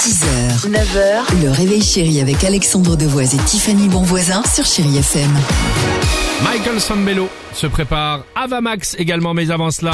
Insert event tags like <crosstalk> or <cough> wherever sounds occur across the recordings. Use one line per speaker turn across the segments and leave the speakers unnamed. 6h, 9h, le réveil chéri avec Alexandre Devoise et Tiffany Bonvoisin sur Chéri FM.
Michael Sambello se prépare. Avamax également, mais avant cela.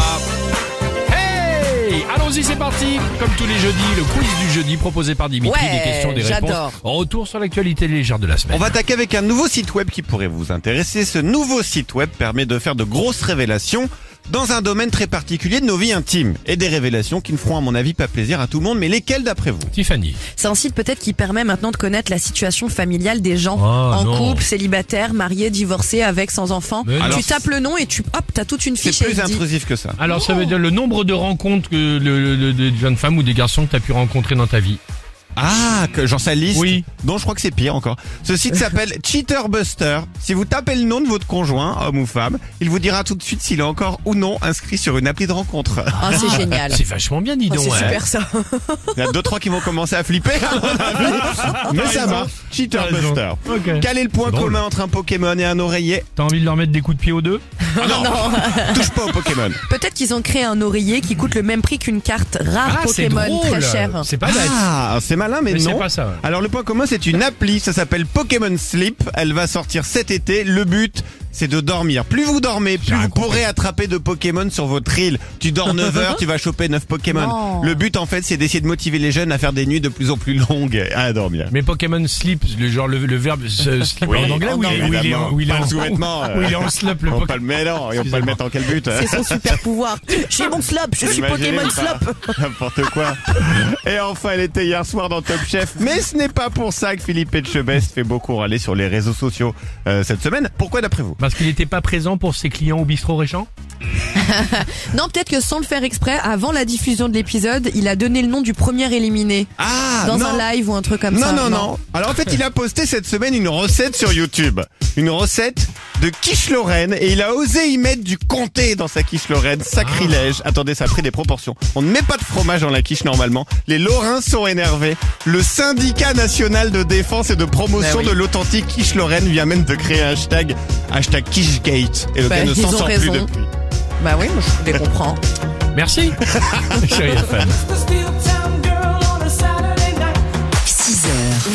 Hey Allons-y, c'est parti Comme tous les jeudis, le quiz du jeudi proposé par Dimitri,
Ouais,
des questions, des réponses.
j'adore.
Retour sur l'actualité légère de la semaine.
On va attaquer avec un nouveau site web qui pourrait vous intéresser. Ce nouveau site web permet de faire de grosses révélations dans un domaine très particulier de nos vies intimes. Et des révélations qui ne feront à mon avis pas plaisir à tout le monde, mais lesquelles d'après vous
Tiffany.
C'est un site peut-être qui permet maintenant de connaître la situation familiale des gens
Oh,
en
non.
couple, célibataire, marié, divorcé, avec, sans enfant.
Mais
tu
non.
tapes le nom et tu hop, t'as toute une
C'est
fiche. et
plus
il dit-
intrusif que ça.
Alors ça veut dire le nombre de rencontres que le, le- de jeunes femmes ou des garçons que t'as pu rencontrer dans ta vie.
Ah, que j'en sa liste.
Oui.
Non, je crois que c'est pire encore. Ce
<laughs>
site s'appelle Cheater Buster. Si vous tapez le nom de votre conjoint, homme ou femme, il vous dira tout de suite s'il est encore ou non inscrit sur une appli de rencontre.
<laughs>
Ah, c'est génial.
C'est vachement bien, dis
Oh,
donc.
c'est
hein.
super ça.
Il y en a deux, trois qui vont commencer à flipper, à mon avis. Mais ça marche. Cheater
T'as raison.
Buster.
Ok.
Quel est le point
C'est drôle.
commun entre un Pokémon et un oreiller
T'as envie de leur mettre des coups de pied aux deux
Ah
<laughs>
non, touche pas au Pokémon.
Peut-être qu'ils ont créé un oreiller qui coûte le même prix qu'une carte rare
Ah, c'est
Ah, Pokémon
drôle.
très chère.
C'est pas bête.
Ah, c'est malin, mais,
Mais c'est
non.
pas ça.
Alors le point commun, c'est une appli, ça s'appelle Pokémon Sleep. Elle va sortir cet été. Le but, c'est de dormir. Plus vous dormez, plus
rien
vous pourrez attraper de Pokémon sur votre île. Tu dors 9 heures, tu vas choper 9 Pokémon.
Non.
Le but, en fait, c'est d'essayer de motiver les jeunes à faire des nuits de plus en plus longues à dormir.
Mais Pokémon sleep, le genre le, le verbe
<laughs>
se- sleep
Oui,
en anglais ou il est- ou il est en-
évidemment.
ou il est
Pas
en
le sous-vêtement, euh.
ou il est en slop le
On va pas
Pokémon.
le mettre, non, et on va pas le
Excusez-moi.
mettre en quel but hein.
C'est son super
<laughs>
pouvoir. Je suis mon slop, je suis
Imaginez
Pokémon
ou pas.
slop.
<laughs> N'importe quoi. Et enfin, elle était hier soir dans Top Chef. Mais ce n'est pas pour ça que Philippe Etchebest fait beaucoup râler sur les réseaux sociaux euh, cette semaine. Pourquoi d'après vous
Parce qu'il n'était pas présent pour ses clients au bistrot Réchant
Non, peut-être que sans le faire exprès, avant la diffusion de l'épisode, il a donné le nom du premier éliminé.
Ah
dans un live ou un truc comme
non,
ça.
non, non. Alors en fait, il a posté cette semaine une recette sur YouTube. Une recette de quiche Lorraine. Et il a osé y mettre du comté dans sa quiche Lorraine. Sacrilège.
Ah.
Attendez, ça a pris des proportions. On ne met pas de fromage dans la quiche normalement. Les Lorrains sont énervés. Le syndicat national de défense et de promotion
Ben oui.
de l'authentique quiche Lorraine vient même de créer un hashtag, hashtag quichegate. Et le
Ben,
gars ne
ils
s'en
ont
sort plus
raison.
depuis.
Bah oui, moi, je les comprends.
<laughs>
Merci. Chérie FM.
the steel town girl on a Saturday night.
6h,